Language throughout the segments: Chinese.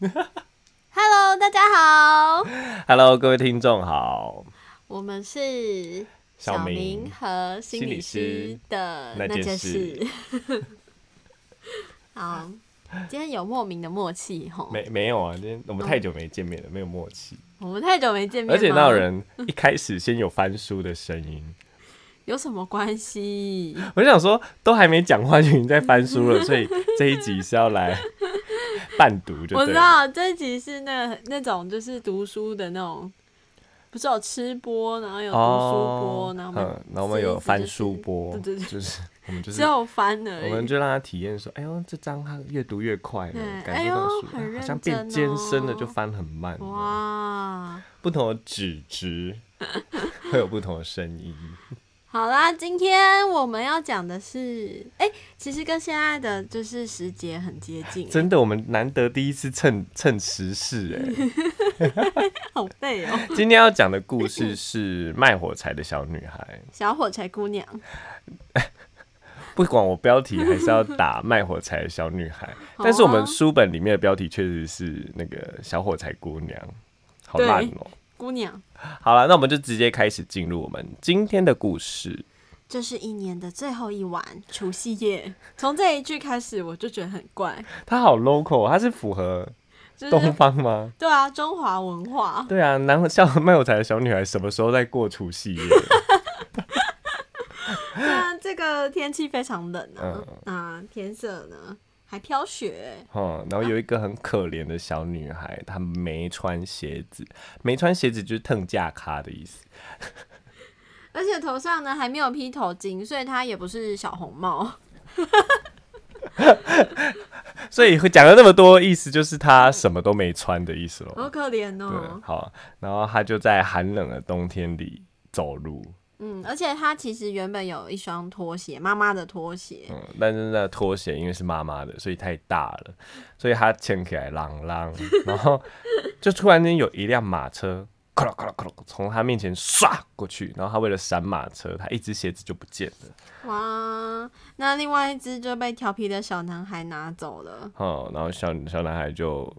Hello，大家好， Hello，各位听众好，我们是小明和心理师的那件心理师事。 好，今天有莫名的默契吼，没没有啊？今天我们太久没见面了，没有默契，我们太久没见面吗，而且那有人一开始先有翻书的声音，有什么关系？ 我就想说都还没讲话就已经在翻书 了，所以这一集是要来 伴读就我知对道了。这一集是那那种就是读书的那种，不是有吃播，然后有读书播，然后我们嗯，然后我们有翻书播，对对对就是我们就是只。有翻而我已。们就让他体验说，哎呦，这张他越读越快了对，感哎觉呦到书很认好像变真艰深了，哦就翻很慢了。哇，不同的纸质会有不同的声音。好啦，今天我们要讲的是，哎、其实跟现在的就是时节很接近、真的，我们难得第一次蹭蹭时事哎、好背哦、今天要讲的故事是卖火柴的小女孩。小火柴姑娘，不管我标题还是要打卖火柴的小女孩，但是我们书本里面的标题确实是那个小火柴姑娘，好烂哦、姑娘，好了，那我们就直接开始进入我们今天的故事。这是一年的最后一晚，除夕夜。从这一句开始，我就觉得很怪，它好 local，它是哦符合就东是方 吗？对啊，中华文化。对啊，南像卖火柴的小女孩什么时候在过除夕夜？那这个天气非常冷啊，嗯那天色呢还飘雪，哦，然后有一个很可怜的小女孩，她没穿鞋子，没穿鞋子就是腾架咖的意思。而且头上呢还没有披头巾，所以她也不是小红帽。所以会讲了那么多，意思就是她什么都没穿的意思咯。好可怜对哦、，好，然后她就在寒冷的冬天里走路，嗯，而且她其实原本有一双拖鞋，妈妈的拖鞋，嗯，但是那拖鞋因为是妈妈的，所以太大了，所以她牵起来啷啷，然后就突然间有一辆马车。咔啦咔啦咔啦，从她面前唰过去，然后她为了闪马车，她一只鞋子就不见了。哇，那另外一只就被调皮的小男孩拿走了。哦，然后小小男孩就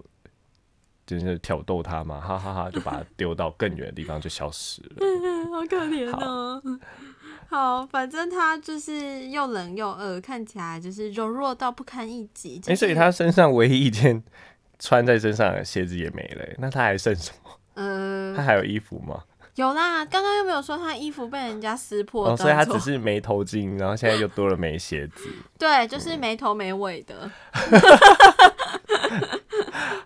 就是挑逗他嘛，哈哈哈，就把他丢到更远的地方就消失了。好可怜哦。 好，反正他就是又冷又饿，看起来就是柔弱到不堪一击。就哎、所以是他身上唯一一件穿在身上的鞋子也没了、欸那他还剩什么？呃他还有衣服吗？有啦，刚刚又没有说他衣服被人家撕破，哦，所以他当作只是没头巾，然后现在又多了枚鞋子。对，就是没头没尾的。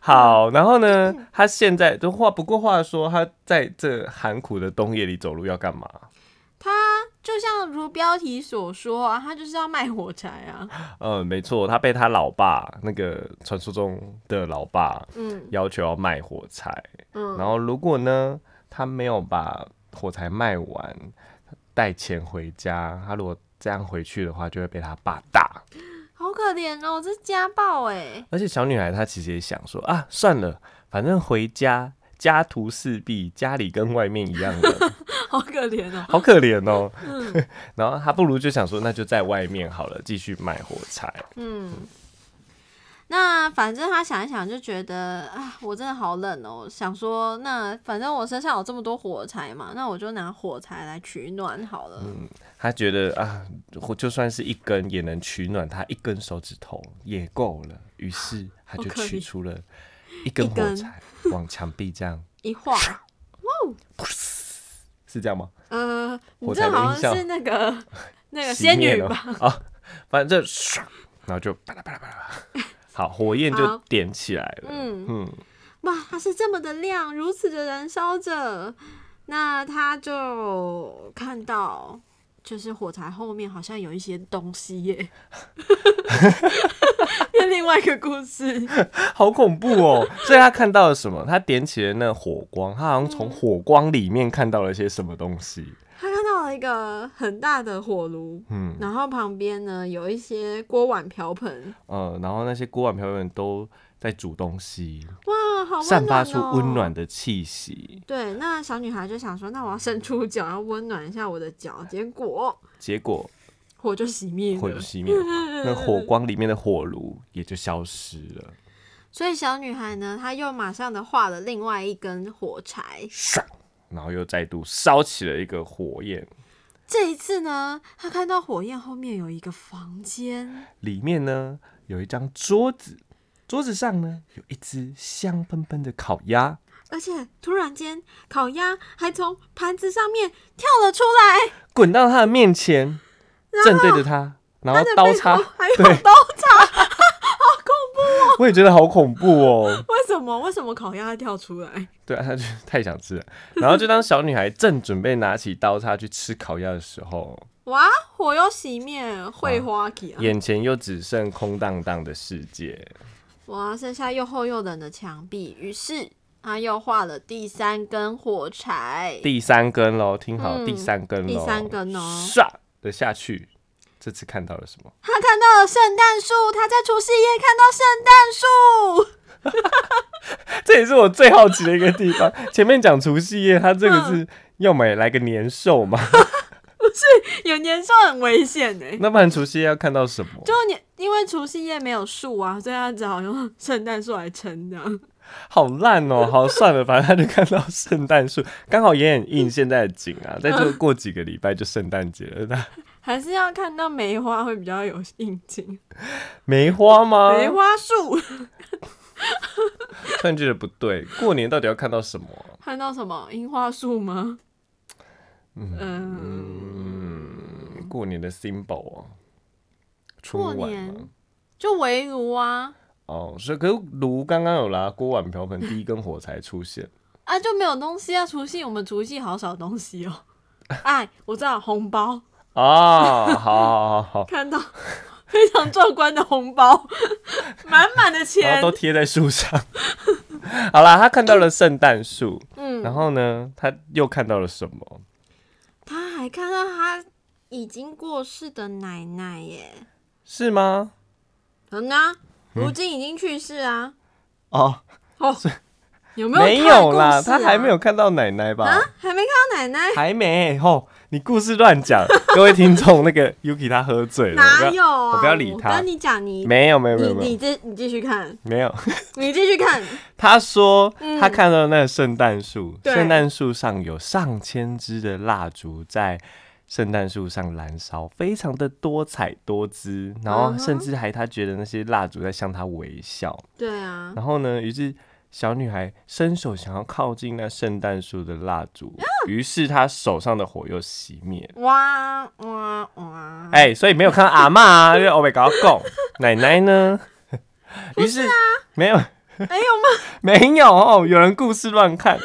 好，然后呢，他现在就话不过话说，他在这寒苦的冬夜里走路要干嘛？就像如标题所说啊，他就是要卖火柴啊。嗯，没错，他被他老爸那个传说中的老爸嗯要求要卖火柴，嗯，然后如果呢，他没有把火柴卖完，带钱回家，他如果这样回去的话，就会被他爸打。好可怜哦，这是家暴哎、而且小女孩她其实也想说啊，算了，反正回家家徒四壁，家里跟外面一样的，好可怜哦。好可怜哦。 然后她不如就想说，那就在外面好了，继续卖火柴。嗯，那反正他想一想就觉得啊，我真的好冷哦。想说，那反正我身上有这么多火柴嘛，那我就拿火柴来取暖好了。她觉得啊，我就算是一根也能取暖她一根手指头也够了，于是她就好可取怜出了一根一火根柴，往墙壁这样一晃，是这样吗？呃，你火柴这好的音效像是那个那个 熄仙灭女了吧？啊，反正唰，然后就巴拉巴拉巴拉， 好，火焰好就点起来了。嗯，嗯，哇，它是这么的亮，如此的燃烧着。那他就看到，就是火柴后面好像有一些东西耶。 那另外一个故事，好恐怖哦！所以他看到了什么？他点起了那火光，他好像从火光里面看到了些什么东西。他看到了一个很大的火炉，嗯然后旁边呢有一些锅碗瓢盆，呃，然后那些锅碗瓢盆都在煮东西，哇，好温暖、哦，散发出温。暖的气息。对，那小女孩就想说，那我要伸出脚，要温暖一下我的脚。结果结果火就熄灭火就了。嗯熄灭了，那火光里面的火炉也就消失了。所以小女孩呢，她又马上的画了另外一根火柴。唰，然后又再度烧起了一个火焰，这一次呢，她看到火焰后面有一个房间，里面呢有一张桌子，桌子上呢有一只香喷喷的烤鸭，而且突然间，烤鸭还从盘子上面跳了出来，滚到他的面前，正对着他，然后她的刀背叉头，还有对刀叉。 我也觉得好恐怖哦。为什么？为什么烤鸭会跳出来？对啊，他就太想吃了。然后就当小女孩正准备拿起刀叉去吃烤鸭的时 候，哇，火又熄灭，会花起啊！眼前又只剩空荡荡的世界。哇，剩下又厚又冷的墙壁。于是他又画了第三根火柴，第三根喽，听好，嗯第三根喽，第三根哦唰的下去。这次看到了什么？ 他看到了圣诞树，他在除夕夜看到圣诞树。这也是我最好奇的一个地方。 前面讲除夕夜，它这个嗯是要么来个年兽嘛， 有年兽很危险呢、那不然除夕夜要看到什么？就你因为除夕夜没有树啊，所以他只好用圣诞树来撑这样。好烂哦、好算了， 反正他就看到圣诞树，刚好也很应现在的景 啊。再就过几个礼拜就圣诞节了，那还是要看到梅花会比较有应景，梅花吗？梅花树 突然觉得不对，过年到底要看到什么啊？看到什么樱花树吗？嗯，嗯，过年的 symbol 啊，春过晚嘛年就围炉啊哦，所以可是炉刚刚有拿锅碗瓢盆第一根火柴出现，啊就没有东西啊！除夕我们除夕好少东西哦。 哎，我知道红包， 啊，好好好好，看到 非常壮观的红包， 满满的 然钱后都。贴在树上。 好啦，他看到了圣诞树，嗯，然后呢，他又看到了什么？他还看到他已经过世的奶奶耶，是吗？嗯呐、如今已经去世啊。哦，哦，有没有、没有啦，他他还没有看啊到奶奶吧？啊，还没看到奶奶，还没吼，你故事乱讲， 各位听众，那个 Yuki 他喝醉了，我不哪要有啊？我不要理他跟你讲，你没有没有没你有没你有这你继续看，没有，你继续 看，他说嗯他看到那个圣诞树，对圣诞树上有上千支的蜡烛在圣诞树上燃烧，非常的多彩多姿，然后嗯哼甚至还他觉得那些蜡烛在向他微笑，对啊，然后呢，于是。小女孩伸手想要靠近那圣诞树的蜡烛，啊于是她手上的火又熄灭了。哇哇哇！哎、所以没有看到阿嬷 啊，就我没搞讲。奶奶呢？于是没有，啊没有吗？ 没有哦，有人故事乱看。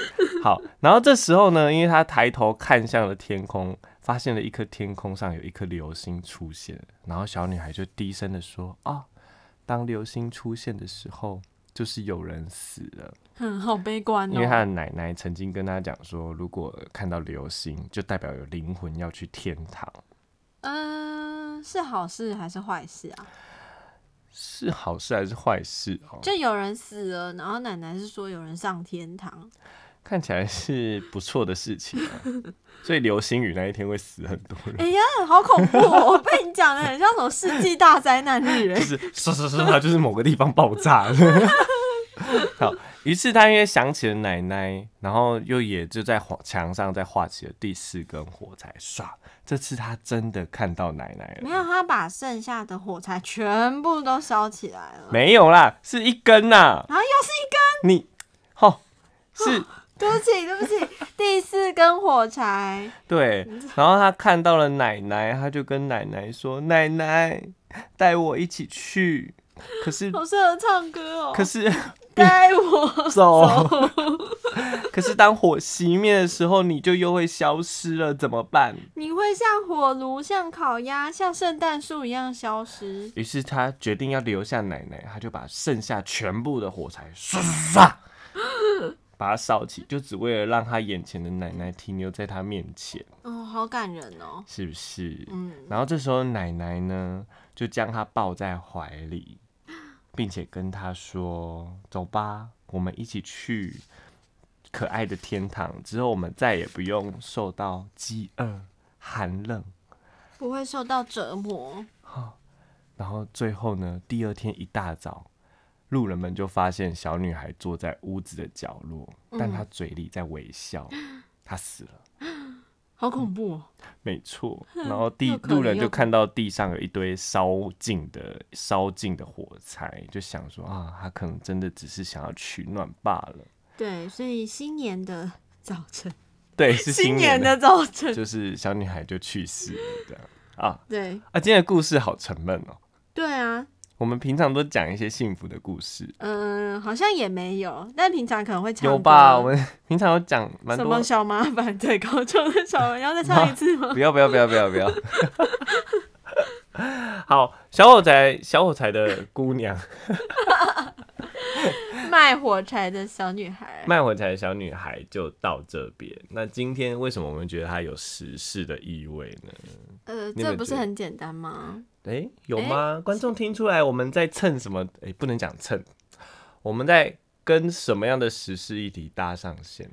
好，然后这时候呢，因为他抬头看向了天空，发现了一颗天空上有一颗流星出现，然后小女孩就低声的说：“啊，当流星出现的时候，就是有人死了。”嗯，好悲观哦。因为她的奶奶曾经跟她讲说，如果看到流星，就代表有灵魂要去天堂。嗯、是好事还是坏事啊？是好事还是坏事哦？就有人死了，然后奶奶是说有人上天堂，看起来是不错的事情、 啊，所以流星雨那一天会死很多人，哎呀，好恐怖、哦！我 被你讲的很像什么世纪大灾难日 就哎。是唰唰唰，就是某个地方爆炸 了。好，于是他因为想起了奶奶，然后又也就在火墙上再画起了第四根火柴，唰！这次他真的看到奶奶没了，有，他把剩下的火柴全部都烧起来了，没有啦，是一 根呐、然后又是一根，你，吼，是对不起，对不起，第四根火柴， 对，然后他看到了奶奶，他就跟奶奶说：“奶奶，带我一起去。”可是好适合唱歌哦。可是带我 走， 可是当火熄灭的时候，你就又会消失了，怎么办？你会像火炉、像烤鸭、像圣诞树一样消失。于是他决定要留下奶奶，他就把剩下全部的火柴唰唰 唰，把它烧起，就只为了让他眼前的奶奶停留在他面前，哦，好感人哦。是不是？嗯，然后这时候奶奶呢，就将他抱在怀里，并且跟他说：“走吧，我们一起去可爱的天堂，之后我们再也不用受到饥饿、寒冷。不会受到折磨。”然后最后呢，第二天一大早，路人们就发现小女孩坐在屋子的角落，但她嘴里在微笑。她死了，好恐怖哦！没错。然后地又可怜路人又就可看到地上有一堆烧尽的烧尽的火柴，就想说啊，她可能真的只是想要取暖罢了。对，所以新年的早晨，对，是新年的早晨，就是小女孩就去世了这样啊对啊！今天的故事好沉闷哦。对啊，我们平常都讲一些幸福的故事，嗯、好像也没有，但平常可能会唱有吧？歌我 们平常有讲蛮什多么。小麻烦对高中的小，然后 再唱一次吗不？要不要不要不要不要！ 好，小火柴小火柴的姑娘，卖火柴的小女孩，卖火柴的小女孩就到这边。那今天为什么我们觉得它有时事的意味呢？呃，你有没这有不觉是得很简单吗？诶，有吗？观众听出来我们在蹭什么？诶，不能讲蹭，我们在跟什么样的时事议题搭上线？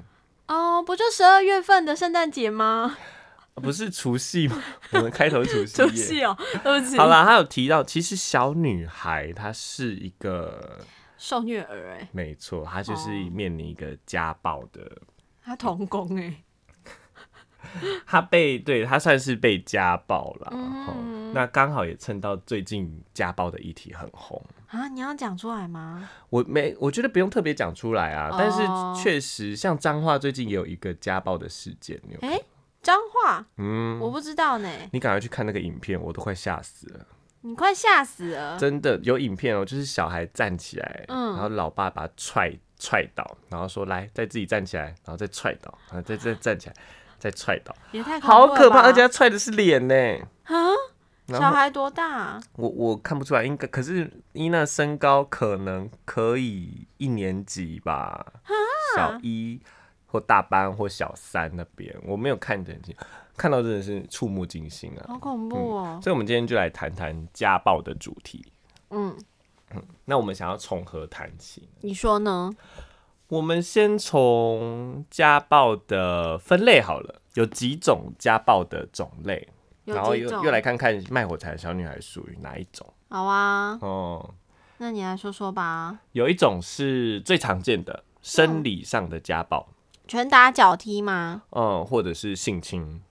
哦，不就十二月份的圣诞节吗？啊不是除夕吗？我们开头 除夕出夜。戏哦，对不起， 好啦，他有提到，其实小女孩她是一个，受虐儿哎、没错，她就是哦面临一个家暴的，她童工哎、她被对她算是被家暴啦。嗯吼那刚好也蹭到最近家暴的议题很红，啊，你要讲出来吗？我没我觉得不用特别讲出来啊，但哦是确实像彰化最近也有一个家暴的事件，你有哎、脏话，嗯，我不知道呢，你赶快去看那个影片，我都快吓死了。你快吓死了！真的有影片哦，就是小孩站起来，呃嗯然后老爸把他踹踹倒，然后说来再自己站起来，然后再踹倒，然后再再站起来，再踹倒，也太恐怖好了可怕！吧而且他踹的是脸呢。啊，然小后孩多大、啊？我我看不出来，应该可是伊娜身高可能可以一年级吧，小一或大班或小三那边，我没有看得很清，看到真的是触目惊心啊。好恐怖哦！所以，我们今天就来谈谈家暴的主题。嗯，那我们想要从何谈起？你说呢？我们先从家暴的分类好了，有几种家暴的种类，有然后几又种又来看看卖火柴的小女孩属于哪一种好啊，哦。那你来说说吧。有一种是最常见的生理上的家暴，拳打脚踢吗？嗯，或者是性侵，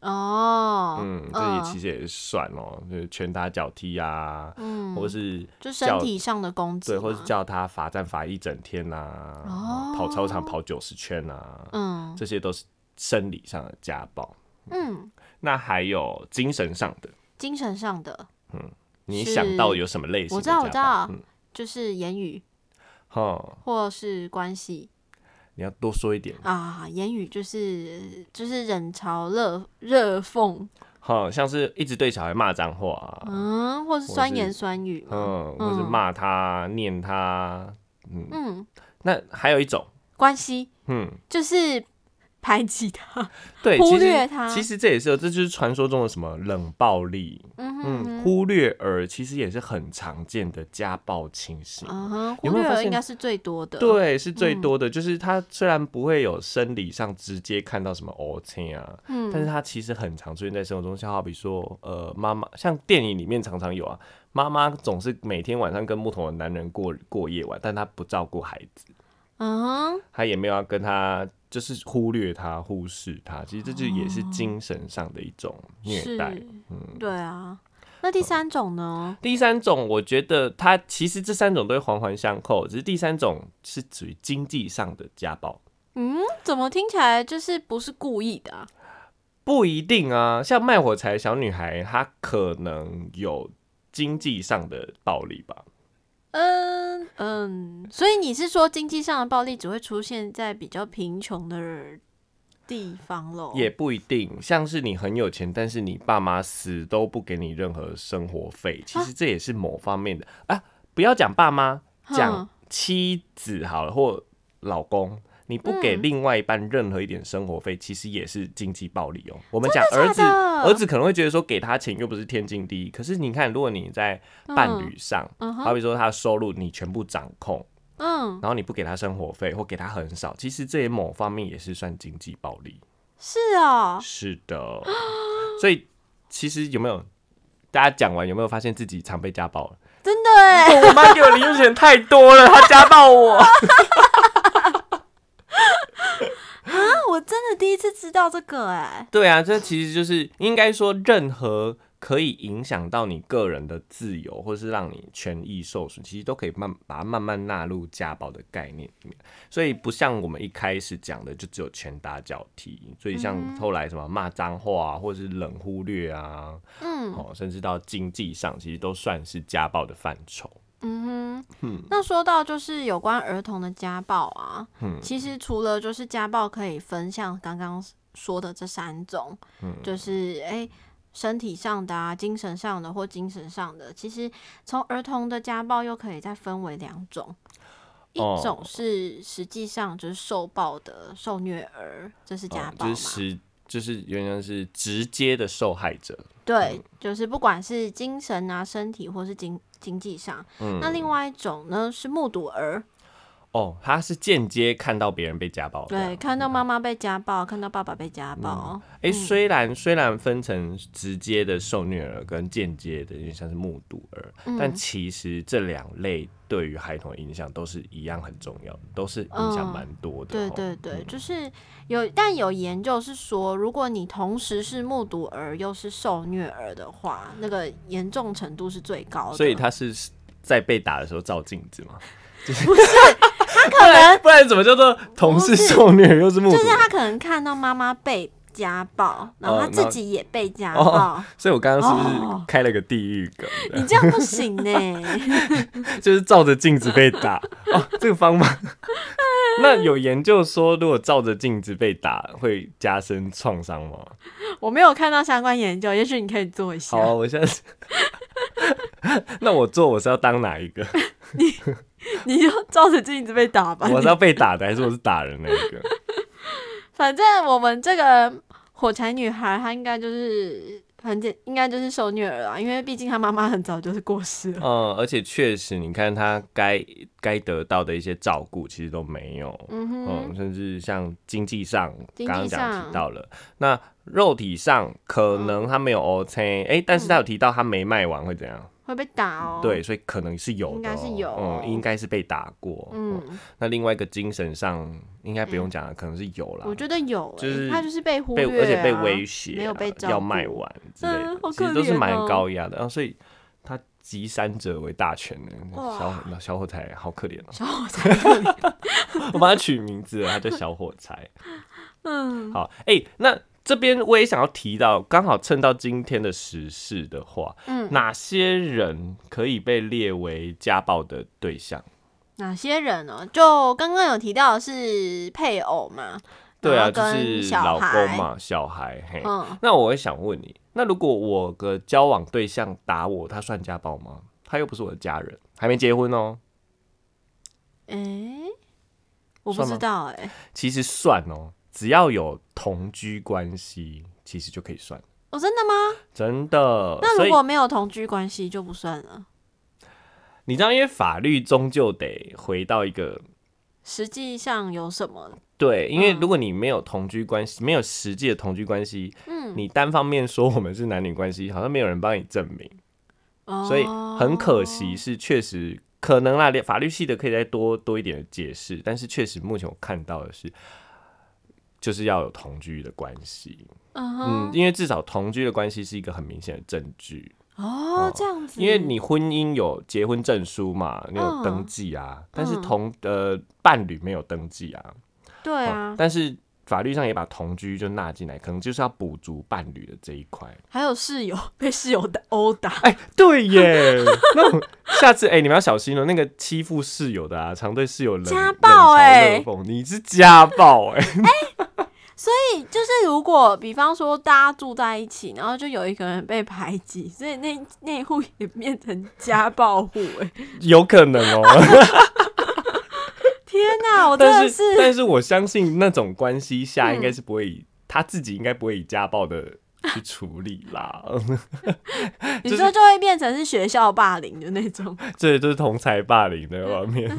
哦，嗯，这也其实也算哦，就是拳打脚踢啊，嗯，或是就身叫体上的攻击对，嘛，或是叫他罚站罚一整天呐、啊，哦跑操场跑九十圈啊，嗯这些都是生理上的家暴。嗯，那还有精神上的，精神上的，你是想到有什么类型我知的嗯家道，暴？我知道，就是言语哦，或是关系你要多说一点。啊，言语就是就是冷嘲热热讽，哈、像是一直对小孩骂脏话啊，嗯，或是或酸是言酸语嘛，嗯，或是嗯骂他、念他。嗯，那还有一种，关系嗯，就是排挤他，对，忽其实略他其实这也是有，这就是传说中的什么冷暴力，嗯哼嗯，忽略儿其实也是很常见的家暴情形。嗯哼，忽有没有略了发现应该是最多的，，对，是最嗯多的，就是他虽然不会有生理上直接看到什么 O K 啊，嗯但是他其实很常出现在生活中，像好比说，呃，妈妈，像电影里面常常有啊，妈妈总是每天晚上跟木头的男人过过夜晚，但她不照顾孩子，嗯哼，她也没有要跟他，就是忽略他、忽视他，其实这就也是精神上的一种虐哦是待。，嗯哦对啊。那第三种呢？第三种，我觉得它其实这三种都会环环相扣，只是第三种是属于经济上的家暴。嗯，怎么听起来就是不是故意的啊？不一定啊，像卖火柴的小女孩，她可能有经济上的暴力吧。嗯嗯，所以你是说经济上的暴力只会出现在比较贫穷的地方喽？也不一定，像是你很有钱，但是你爸妈死都不给你任何生活费，其啊实这也是某方面的啊。不要讲爸妈，哼讲妻子好了，或老公，你不给嗯另外一半任何一点生活费，其实也是经济暴力哦。我们讲儿子，假的儿子可能会觉得说给他钱又不是天经地义，可是你看，如果你在伴侣上，嗯哼好比说他的收入你全部掌控，嗯，然后你不给他生活费或给他很少，其实这也某方面也是算经济暴力。是哦， 是的，所以其实有没有大家讲完有没有发现自己常被家暴了？真的哎， 我妈给我零用钱太多了，她家暴我。啊， 我真的第一次知道这个哎，对啊，这其实就是应该说，任何可以影响到你个人的自由，或是让你权益受损，其实都可以慢把它慢慢纳入家暴的概念里面。所以不像我们一开始讲的，就只有拳打脚踢。所以嗯像后来什么骂脏话啊，或是冷忽略啊，嗯哦，甚至到经济上，其实都算是家暴的范畴。嗯哼，那说到就是有关儿童的家暴啊，嗯其实除了就是家暴可以分像刚刚说的这三种，嗯就是哎、身体上的啊、精神上的或精神上的，其实从儿童的家暴又可以再分为两种。一哦种是实际上就是受暴的受虐儿，这是家嗯暴嘛？就是实，就是原来是直接的受害者。嗯对，就是不管是精神啊、身体或是经经济上。嗯那另外一种呢是目睹儿，哦，他是间接看到别人被家暴的。啊对，看到妈妈被家暴，看到爸爸被家暴，哎、虽然虽然分成直接的受虐儿跟间接的，有点像是目睹儿，嗯但其实这两类对于孩童的影响都是一样很重要的，都是影响嗯蛮多的、对哦对对，就是有，但有研究是说，如果你同时是目睹儿又是受虐儿的话，那个严重程度是最高的。所以他是在被打的时候照镜子 嘛，他可能不然怎 么叫做同是受虐又是目睹就是？他可能看到妈妈被家暴，然后哦他然自后己也被家哦 暴，所以我刚刚是不哦是开了个地狱梗？你这样不行 呢。就是照着镜子被打 哦，这个方法。 那有研究说，如果照着镜子被打，会加深创伤吗？我没有看到相关研究，也许你可以做一下。好、啊，我现在是。 那我做我是要当哪一 个？你就照着镜子被打吧。我是要被打的，还是我是打人那一 个？反正我们这个火柴女孩，她应该就是很简，应该就是受虐儿啊，因为毕竟她妈妈很早就是过世了。嗯，而且确实，你看他该该得到的一些照顾，其实都没有。嗯哼，嗯，甚至像经济上，经济刚刚讲上提到了，那肉体上可能他没有 OK，哎、但是他有提到他没卖完会怎样？会被打哦。，对，所以可能是有的哦、应该是有哦嗯，应该是被打过。嗯，嗯，那另外一个精神上应该不用讲了，可能是有啦。我觉得有、欸，啊就是她就是被忽被略、啊，而且被威胁啊、没有被照顾要卖完之类的，嗯好其可实都是怜蛮哦高压的。然、后啊所以他集三者为大权呢，哇。小火小火柴好可怜哦 小火柴可怜。我帮他取名字了，他叫小火柴。嗯，好，哎、那这边我也想要提到，刚好趁到今天的时事的话，嗯哪些人可以被列为家暴的对象？哪些人呢、就刚刚有提到的是配偶嘛，对啊，然后就跟是小老孩公，嘛，小孩。嘿，嗯，那我也想问你，那如果我的交往对象打我，他算家暴吗？他又不是我的家人，还没结婚哦。哎、我不算吗知道哎、其实算哦，只要有同居关系，其实就可以算，哦，真的吗？真的。那呃所如以果没有同居关系就不算了，你知道，因为法律终究得回到一个实际上有什么？对，因为如果你没有同居关系，没有实际的同居关系，嗯，你单方面说我们是男女关系，好像没有人帮你证明。哦所以很可惜，是确实可能啦，连法律系的可以再多多一点的解释，但是确实目前我看到的是，就是要有同居的关系，嗯哼，嗯，因为至少同居的关系是一个很明显的证据，哦，这样子，嗯因为你婚姻有结婚证书嘛，你有嗯登记啊，但是嗯同呃伴侣没有登记啊，对哦啊，但是。法律上也把同居就纳进来，可能就是要补足伴侣的这一块。还有室友被室友的殴打，哎，对耶，那我下次哎、你们要小心哦，那个欺负室友的啊，常对室友冷家暴哎冷嘲热讽你是家暴哎、 就是如果比方说大家住在一起，然后就有一个人被排挤，所以那那一户也变成家暴户、哎，有可能哦。 天哪， 我真但的嗯是但是我相信那种关系下，应该是不会以、他自己应该不会以家暴的去处理啦。 你就说就会变成是学校霸凌的那种， 这就是同才霸凌的画面，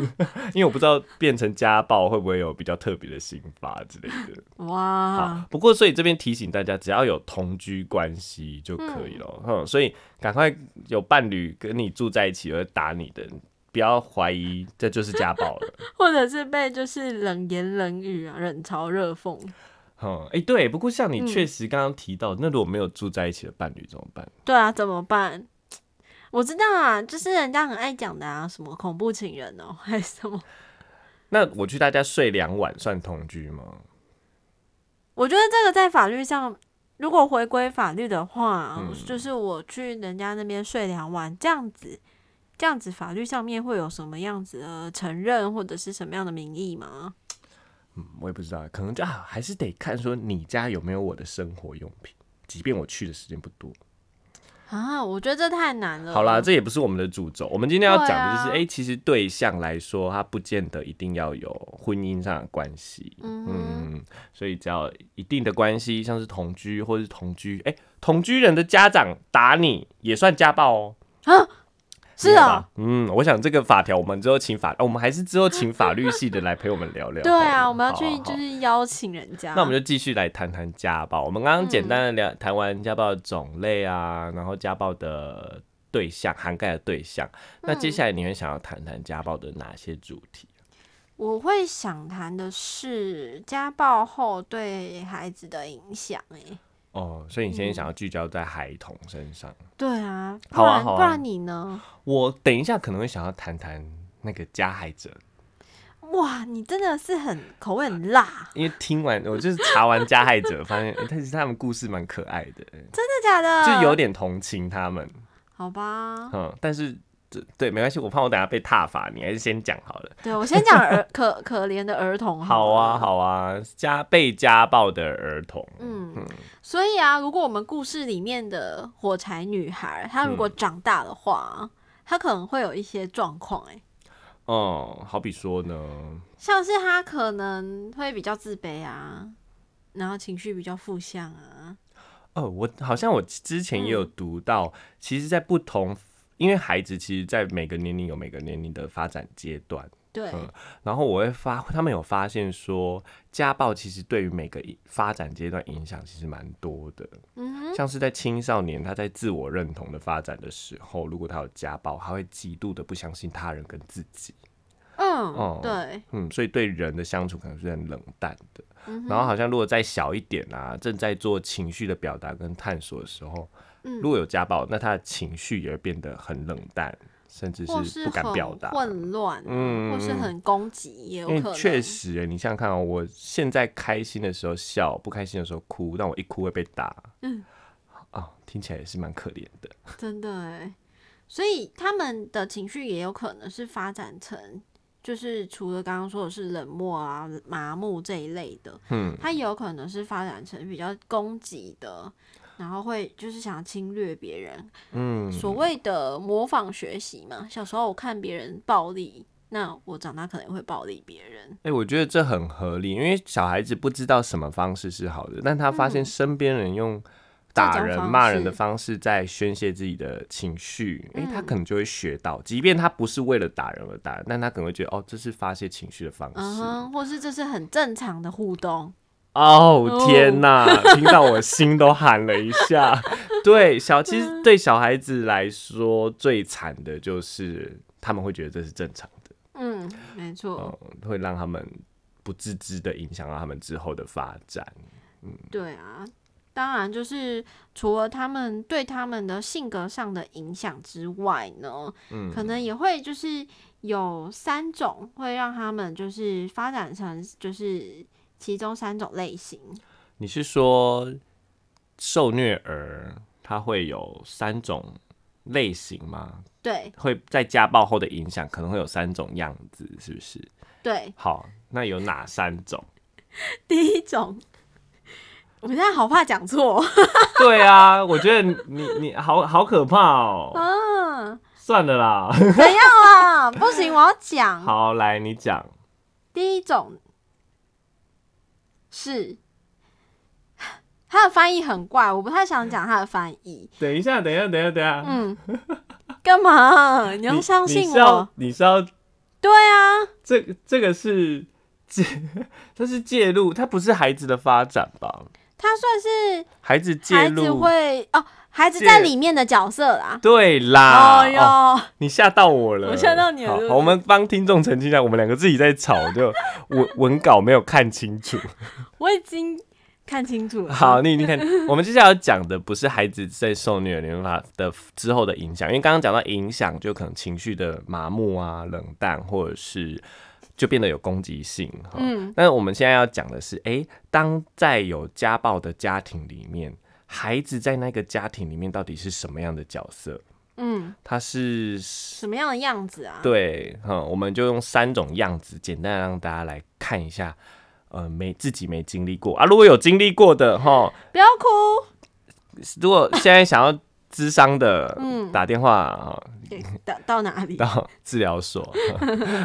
因为我不知道变成家暴会不会有比较特别的刑罚之类的。哇好，，不过所以这边提醒大家，只要有同居关系就可以了。嗯，所以赶快有伴侣跟你住在一起而打你的，不要怀疑这就是家暴了。或者是被就是冷言冷语啊，冷嘲热讽，嗯，哎、对，不过像你确实刚刚提到，那如果没有住在一起的伴侣怎么办？对啊，怎么办？我知道啊，就是人家很爱讲的啊，什么恐怖情人哦，还是什么。那我去大家睡两晚算同居吗？我觉得这个在法律上，如果回归法律的话，嗯就是我去人家那边睡两晚，这样子，这样子法律上面会有什么样子的承认或者是什么样的名义吗？嗯，我也不知道，可能就、啊、还是得看说你家有没有我的生活用品，即便我去的时间不多。啊，我觉得这太难了。好啦，这也不是我们的主轴。我们今天要讲的就是，嗯哎、对啊其实对象来说，他不见得一定要有婚姻上的关系。嗯，所以只要有一定的关系，像是同居或是同居，哎、同居人的家长打你也算家暴哦。是啊、啊，嗯，我想这个法条，我们之后请法，哦我们还是之后请法律系的来陪我们聊聊好对了。啊，我们要好去好就好是邀请人家。那我们就继续来谈谈家暴。我们刚刚简单的聊谈完家暴的种类啊，然后家暴的对象涵盖的对象。那接下来你会想要谈谈家暴的哪些主题？我会想谈的是家暴后对孩子的影响、欸。哦，所以你现在想要聚焦在孩童身上。对啊，不好啊然、好啊不然你呢？我等一下可能会想要谈谈那个加害者，哇，你真的是很口味很辣，因为听完我就是查完加害者，发现、欸、但是他们故事蛮可爱的，哎真的假的？就有点同情他们。好 吧。嗯，但是这对没关系，我怕我等下被踏伐，你还是先讲好了。对，我先讲儿可可怜的儿童好。好啊，。好啊，家被家暴的儿童，嗯，所以啊，如果我们故事里面的火柴女孩，她如果嗯长大的话，她可能会有一些状况、欸，嗯，好比说呢，像是她可能会比较自卑啊，然后情绪比较负向啊，哦，我好像我之前也有嗯读到，其实，在不同，因为孩子其实，在每个年龄有每个年龄的发展阶段，对，嗯然后我会发，他们有发现说，家暴其实对于每个发展阶段影响其实蛮多的，嗯哼，像是在青少年他在自我认同的发展的时候，如果他有家暴，他会极度的不相信他人跟自己。嗯，哦对，嗯，所以对人的相处可能是很冷淡的。嗯然后好像如果再小一点啊，正在做情绪的表达跟探索的时候，嗯如果有家暴，那他的情绪也会变得很冷淡，甚至或不敢很表达。混乱，啊嗯或是嗯嗯很攻击，也有因可能。为确实欸，你想想看哦，我现在开心的时候笑，不开心的时候哭，但我一哭会被打。嗯，啊、听起来也是蛮可怜的。真的哎，所以他们的情绪也有可能是发展成，就是除了刚刚说的是冷漠啊、麻木这一类的，嗯，他也有可能是发展成比较攻击的，然后会就是想侵略别人，嗯，所谓的模仿学习嘛。小时候我看别人暴力，那我长大可能也会暴力别人。哎、我觉得这很合理，因为小孩子不知道什么方式是好的，但他发现身边人用打嗯这人、种方骂人式的方式在宣泄自己的情绪，哎、他嗯可能就会学到，即便他不是为了打人而打人，但他可能会觉得哦，这是发泄情绪的方嗯式。哼，或是这是很正常的互动，哦 天哪，听到我心都寒了一下。对小，其嗯实对小孩子来说，最惨的就是他们会觉得这是正常的。嗯，没错，嗯，会让他们不自知的影响到他们之后的发展。对啊，当然就是除了他们对他们的性格上的影响之外呢，嗯可能也会就是有三种会让他们就是发展成就是其中三种类型，你是说受虐儿他会有三种类型吗？对会在家暴后的影响可能会有三种样子，是不是？对，好，那有哪三种？ 第一种。我现在好怕讲 错，对啊，我觉得你你你好好可怕哦。嗯，算了啦，怎样啦？不行，我要讲。好，来你讲。 第一种是它的翻译很怪，我不太想讲它的翻译。等一下，等一下，等一下，等一下，嗯，干 嘛？你要相啊你信是要我？你是要对啊，这这个是介，这是介入，它不是孩子的发展吧？它算是孩子介孩子入，会哦，孩子介在里面的角色啦。对啦，哦哟，哦你吓到我了，我吓到你了好对不对好我们帮听众澄清一下，我们两个自己在吵，就文 文稿没有看清楚。我已经看清楚了。好，你你看，我们接下来要讲的不是孩子在受虐儿龄化的之后的影响，因为刚刚讲到影响，就可能情绪的麻木啊、冷淡，或者是就变得有攻击性。嗯嗯，但是我们现在要讲的是，诶，当在有家暴的家庭里面，孩子在那个家庭里面到底是什么样的角色？嗯，他是什么样的样子啊？对，嗯，我们就用三种样子，简单地让大家来看一下。呃，没自己没经历过啊，如果有经历过的哈，不要哭，如果现在想要咨商 的，嗯打电话啊给到到哪里？到 治疗所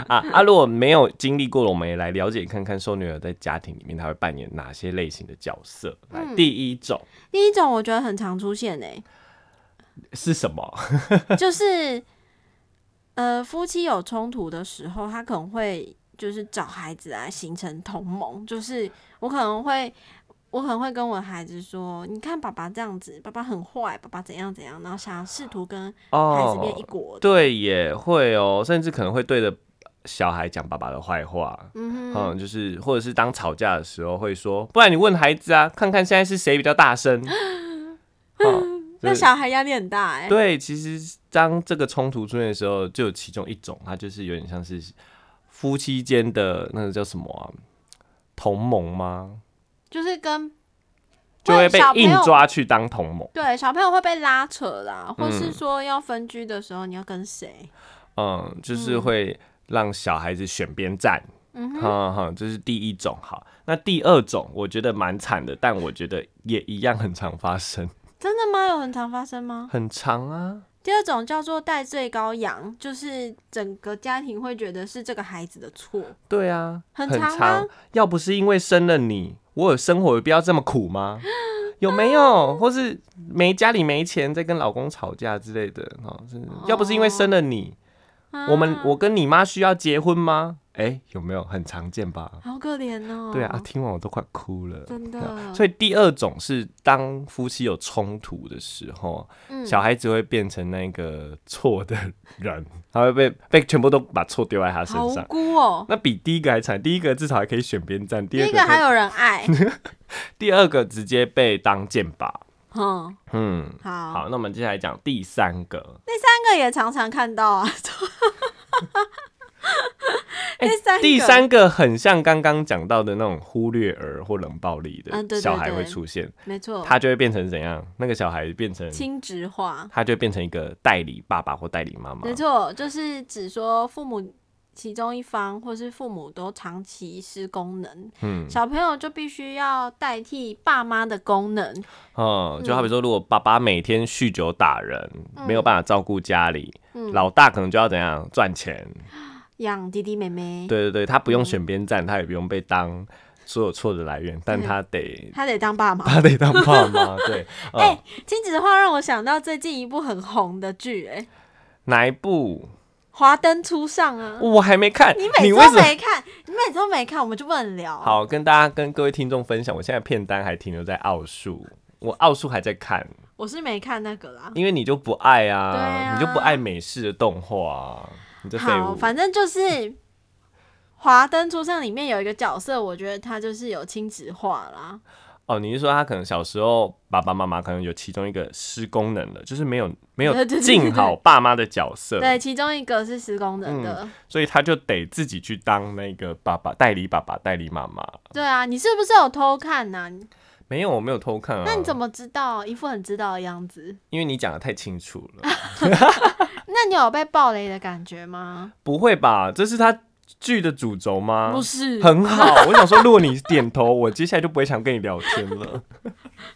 啊啊！如果没有经历过的，我们也来了解看看受虐儿在家庭里面他会扮演哪些类型的角色。来，嗯第一种第一种我觉得很常出现欸诶、是什么？就是呃，夫妻有冲突的时候，他可能会就是找孩子来形成同盟，就是我可能会。我可能会跟我孩子说：“你看爸爸这样子，爸爸很坏，爸爸怎样怎样。”然后想试图跟孩子变一哦，国。对，也会哦，甚至可能会对着小孩讲爸爸的坏话。嗯哼，嗯，就是或者是当吵架的时候会说，不然你问孩子啊，看看现在是谁比较 大声。嗯那就是小孩压力很大哎、对，其实当这个冲突出现的时候，就有其中一种，它就是有点像是夫妻间的那个叫什么啊，同盟吗？就是跟就会被小朋硬友抓去当同盟。对小朋友会被拉扯啦，或是嗯说要分居的时候，你要跟谁？嗯，就是嗯会让小孩子选边站。嗯哼哼，这是第一种。好，那第二种我觉得蛮惨的，但我觉得也一样很常发生，真的吗？有很常发生吗？很常啊。第二种叫做代罪羔羊，就是整个家庭会觉得是这个孩子的错。 对啊，很很常吗长。要不是因为生了你，我有生活有必要这么苦吗？ 有没有？或是没家里没钱，在跟老公吵架之类的哦，是要不是因为生了你，啊我们我跟你妈需要结婚吗？哎、有没有很常见吧？好可怜哦。对啊，啊，听完我都快哭了。真的。 所以第二种是当夫妻有冲突的时候，嗯小孩子会变成那个错的人， 他会被被全部都把错丢在他身好无上。辜哦。那比第一个还惨，第一个至少还可以选边站， 第第二一个个就还有人爱， 第二个直接被当箭靶。嗯，嗯，好，好，那我们接下来讲第三个，那个也常常看到啊。 哎第三个第三个很像刚刚讲到的那种忽略儿或冷暴力啊对的对小孩会对出现，没错，他就会变成怎样？那个小孩变成亲职化，他就会变成一个代理爸爸或代理妈妈没。错，就是只说父母其中一方或是父母都长期失功能，嗯，小朋友就必须要代替爸妈的功能。哦，就好嗯比说，如果爸爸每天酗酒打人，没有办法照顾家里，嗯，老大可能就要怎样赚钱，养弟弟妹妹，对对对，他不嗯用选边站，他也不用被当所有错的来源，但嗯他得他得当爸妈。 他得当爸妈。对，呃哎亲子的话让我想到最近一部很红的剧，哎，《哪一部？华灯初上》啊。我还没看，你每你次为都什么？没看，你每次都没看，我们就不能聊。，好，跟大家跟各位听众分享，我现在片单还停留在奥数，我奥数还在看，我是没看那个啦。因为你就不爱啊，对啊你就不爱美式的动画啊、你这废好，物。反正就是《华灯初上》里面有一个角色，我觉得他就是有亲子化啦。哦，你是说他可能小时候爸爸妈妈可能有其中一个失功能了，就是没有没有 对对对尽好爸妈的角色，对，嗯其中一个是施工人的。所以他就得自己去当那个爸爸代理爸爸代理妈妈。对啊，你是不是有偷看呐、你没有，我没有偷看啊。那你怎么么？知道？一副很知道的样子。因为你讲的太清楚了。那你有被暴雷的感觉吗？不会吧？这是他剧的主轴吗？不是，很好，我想说，如果你点头， 我接下来就不会想跟你聊天了。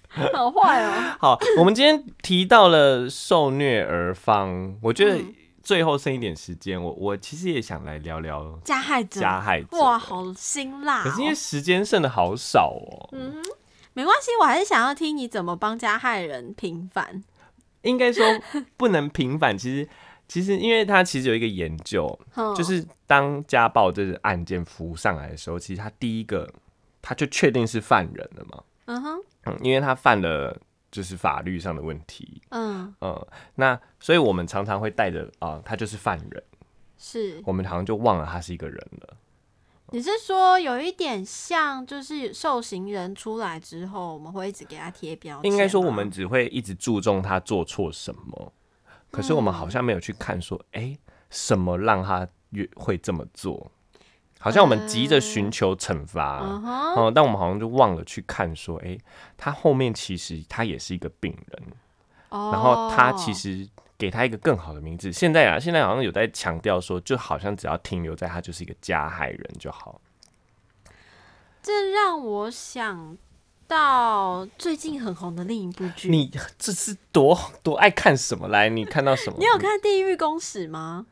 很坏哦。好，我们今天提到了受虐儿方，我觉嗯得最后剩一点时间，我我其实也想来聊聊加害者，加害者。哇，好辛辣、哦！可是因为时间剩的好少哦，嗯哼，没关系，我还是想要听你怎么帮加害人平反。应该说不能平反。其实，其实因为它其实有一个研究，哼就是当家暴这个案件浮上来的时候，其实他第一个他就确定是犯人了嘛，嗯哼，嗯，因为他犯了就是法律上的问题，嗯，嗯，那所以我们常常会带着啊，他就是犯人，是。我们好像就忘了他是一个人了。你是说有一点像，就是受刑人出来之后，我们会一直给他贴标签吗？应该说我们只会一直注重他做错什么，可是我们好像没有去看说，哎、什么让他越会这么做？好像我们急着寻求惩罚，嗯嗯、哼，但我们好像就忘了去看说，哎、他后面其实他也是一个病人，哦然后他其实给他一个更好的名字。现在啊，现在好像有在强调说，就好像只要停留在他就是一个加害人就好。这让我想到最近很红的另一部剧。你这是多多爱看什么？来，你看到什么？你有看《地狱公使》吗？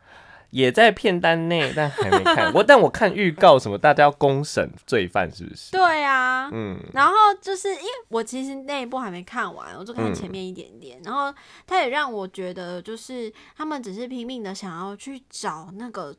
也在片单内，但还没看。我但我看预告什么，大家要公审罪犯是不是？对啊，嗯，然后就是因为我其实那一部还没看完，我就嗯看前面一点点，然后他也让我觉得，就是他们只是拼命的想要去找那个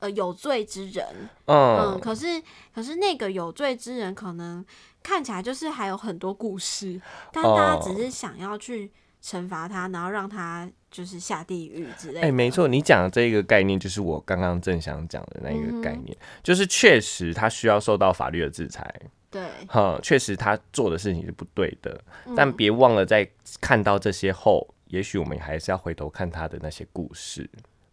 呃有罪之人，嗯，嗯，可是可是那个有罪之人可能看起来就是还有很多故事，但大家哦只是想要去惩罚他，然后让他就是下地狱之类哎、的。没错，你讲的这个概念就是我刚刚正想讲的那一个概念，就是确实他需要受到法律的制裁，对，哈，确实他做的事情是不对的，嗯但别忘了在看到这些后，也许我们还是要回头看他的那些故事。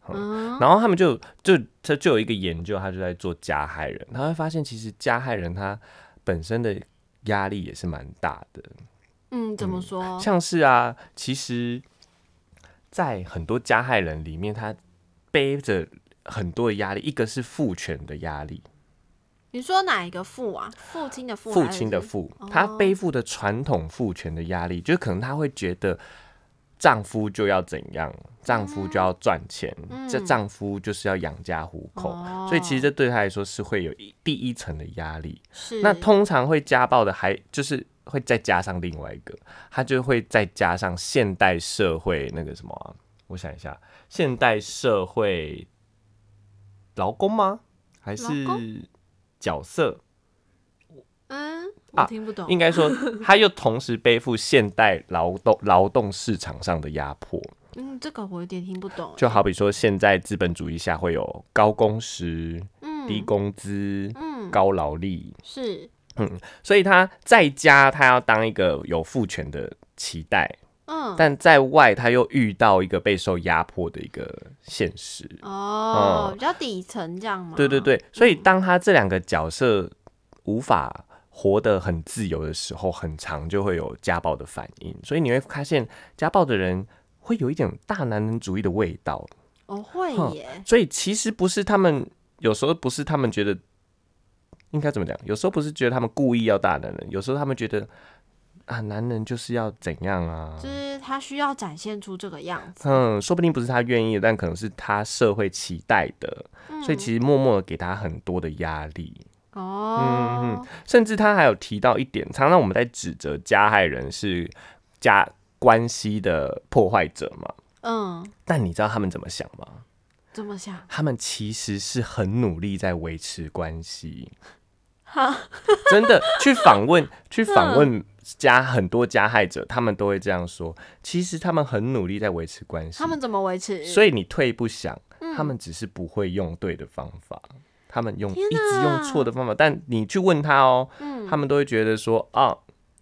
嗯，然后他们就就他就有一个研究，他就在做加害人，他会发现其实加害人他本身的压力也是蛮大的，嗯，怎么说？像是啊，其实，在很多加害人里面，他背着很多的压力，一个是父权的压力，你说哪一个父啊？父亲的父，父亲的还是父哦，他背负的传统父权的压力，就可能他会觉得丈夫就要怎样，丈夫就要赚钱，这嗯丈夫就是要养家糊口，哦所以其实这对他来说是会有一第一层的压力。是那通常会家暴的还就是会再加上另外一个，他就会再加上现代社会那个什么啊、我想一下，现代社会劳工吗？还劳是角色？嗯，啊我听不懂。应该说，他又同时背负现代劳动劳动市场上的压迫，嗯，这个我有点听不懂。就好比说，现在资本主义下会有高工时、低嗯工资、嗯，高劳力，是所以他在家他要当一个有父权的期待，嗯但在外他又遇到一个备受压迫的一个现实。哦，嗯比较底层这样嘛。对对对，所以当他这两个角色无法活得很自由的时候，很长就会有家暴的反应。所以你会发现，家暴的人会有一点大男人主义的味道。哦会哼耶，所以其实不是他们，有时候不是他们觉得应该怎么讲，有时候不是觉得他们故意要大男人，有时候他们觉得啊，男人就是要怎样啊就。是他需要展现出这个样子。嗯，说不定不是他愿意的，但可能是他社会期待的，所以其实默默的给他很多的压力。嗯哦，甚至他还有提到一点，常常我们在指责加害人是家关系的破坏者嘛。嗯，但你知道他们怎么想吗？怎么想？他们其实是很努力在维持关系。真的去访问，去访问加很多加害者，他们都会这样说。其实他们很努力在维持关系， 他们怎么维持？所以你退一步想，嗯他们只是不会用对的方法，他们用天嗯一直用错的方法。但你去问他哦，他们都会觉得说啊，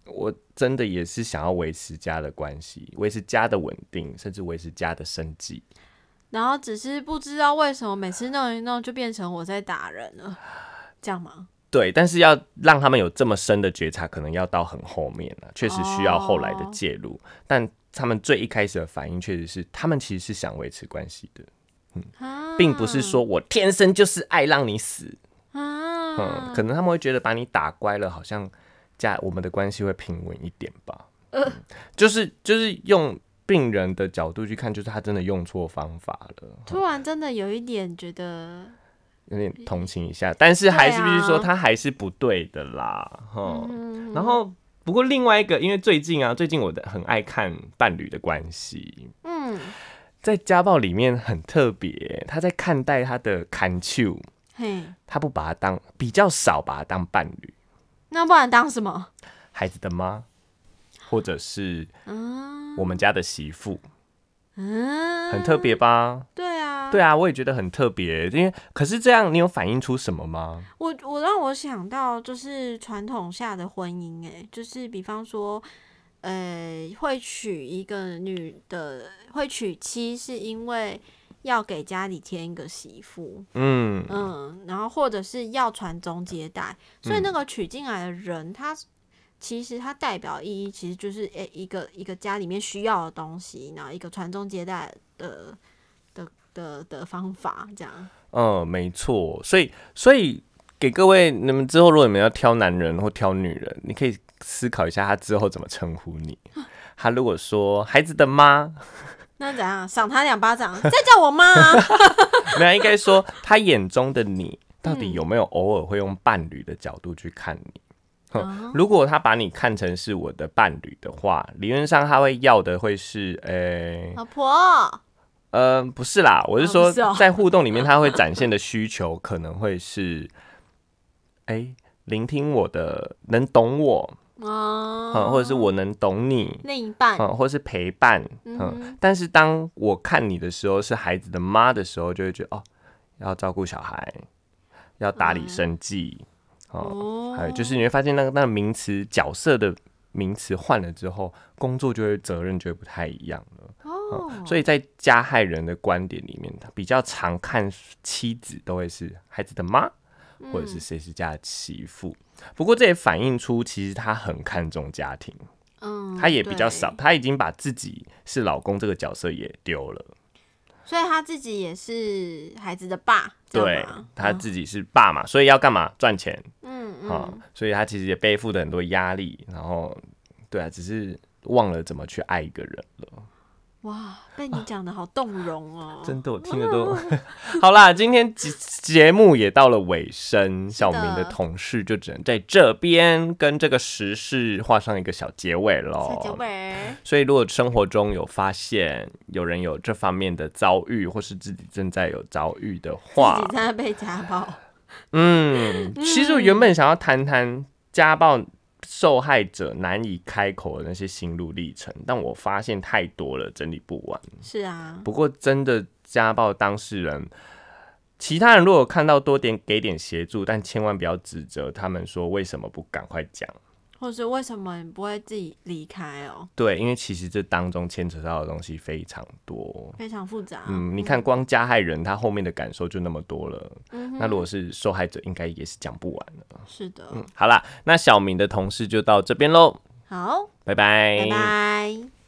我真的也是想要维持家的关系，维持家的稳定，甚至维持家的生计。然后只是不知道为什么每次弄一弄就变成我在打人了，这样吗？对，但是要让他们有这么深的觉察，可能要到很后面了、确实需要后来的哦介入。但他们最一开始的反应，确实是他们其实是想维持关系的，啊，并不是说我天生就是爱让你死。啊，嗯，可能他们会觉得把你打乖了，好像家我们的关系会平稳一点吧。呃嗯就是就是用病人的角度去看，就是他真的用错方法了，突然真的有一点觉得有点同情一下，但是还是必须说对啊嗯嗯他还是不对的啦。哈、然后不过另外一个，因为最近啊，最近我的很爱看伴侣的关系，嗯，在家暴里面很特别，他在看待他的 c o n t u 嘿，他不把他当比较少把他当伴侣，那不然当什么？孩子的妈，或者是嗯我们家的媳妇，嗯，很特别吧？对啊，对啊，我也觉得很特别，因为可是这样，你有反映出什么吗？我我让我想到就是传统下的婚姻、欸，就是比方说，呃，会娶一个女的，会娶妻是因为要给家里添一个媳妇，嗯，嗯，然后或者是要传宗接代，所以嗯那个娶进来的人，他其实他代表意义其实就是诶、一个一个家里面需要的东西，然后一个传宗接代的的的的方法，这样，嗯，没错，所以所以给各位，你们之后如果你们要挑男人或挑女人，你可以思考一下他之后怎么称呼你。他如果说孩子的妈，那怎样赏他两巴 掌，再叫我妈、啊。没有，应该说他眼中的你到嗯底有没有偶尔会用伴侣的角度去看你？哼哦如果他把你看成是我的伴侣的话，理论上他会要的会是，呃、老婆，呃，不是啦，我是哦说不是哦， 在互动里面，他会展现的需求可能会是，哎、聆听我的，能懂我，哦，嗯，或者是我能懂你，另一半，嗯，或是陪伴，嗯。但是当我看你的时候，是孩子的妈的时候，就会觉得哦，要照顾小孩，要打理生计，哦，嗯哦，还有就是你会发现那个那个名词角色的名词换了之后，工作就会责任就会不太一样了。哦，所以在加害人的观点里面，他比较常看妻子都会是孩子的妈，嗯或者是谁是家的媳妇。不过这也反映出，其实他很看重家庭，嗯，他也比较少，对，他已经把自己是老公这个角色也丢了。所以他自己也是孩子的爸，这对样吗，他自己是爸嘛，所以要干嘛赚钱嗯嗯啊、所以他其实也背负着很多压力，然后对啊，只是忘了怎么去爱一个人了。哇，被你讲的好动容哦， 真的，我听 得都好啦。今天节节目也到了尾声，小明的同事就只能在这边跟这个时事画上一个小结尾小九喽。尾，所以，如果生活中有发现有人有这方面的遭遇，或是自己正在有遭遇的自，话己在那被家 暴，嗯，其实我原本想要谈谈家暴受害者难以开口的那些心路历程，但我发现太多了，整理不完。是啊，不过真的家暴当事人，其他人如果看到多点给点协助，但千万不要指责他们说为什么不赶快讲。或者是为什么你不会自己离开哦，对，因为其实这当中牵扯到的东西非常多。非常复杂，嗯，你看光加害人他后面的感受就那么多了，嗯哼那如果是受害者，应该也是讲不完的。是的，嗯好啦，那小明的同事就到这边喽，好，拜拜拜拜。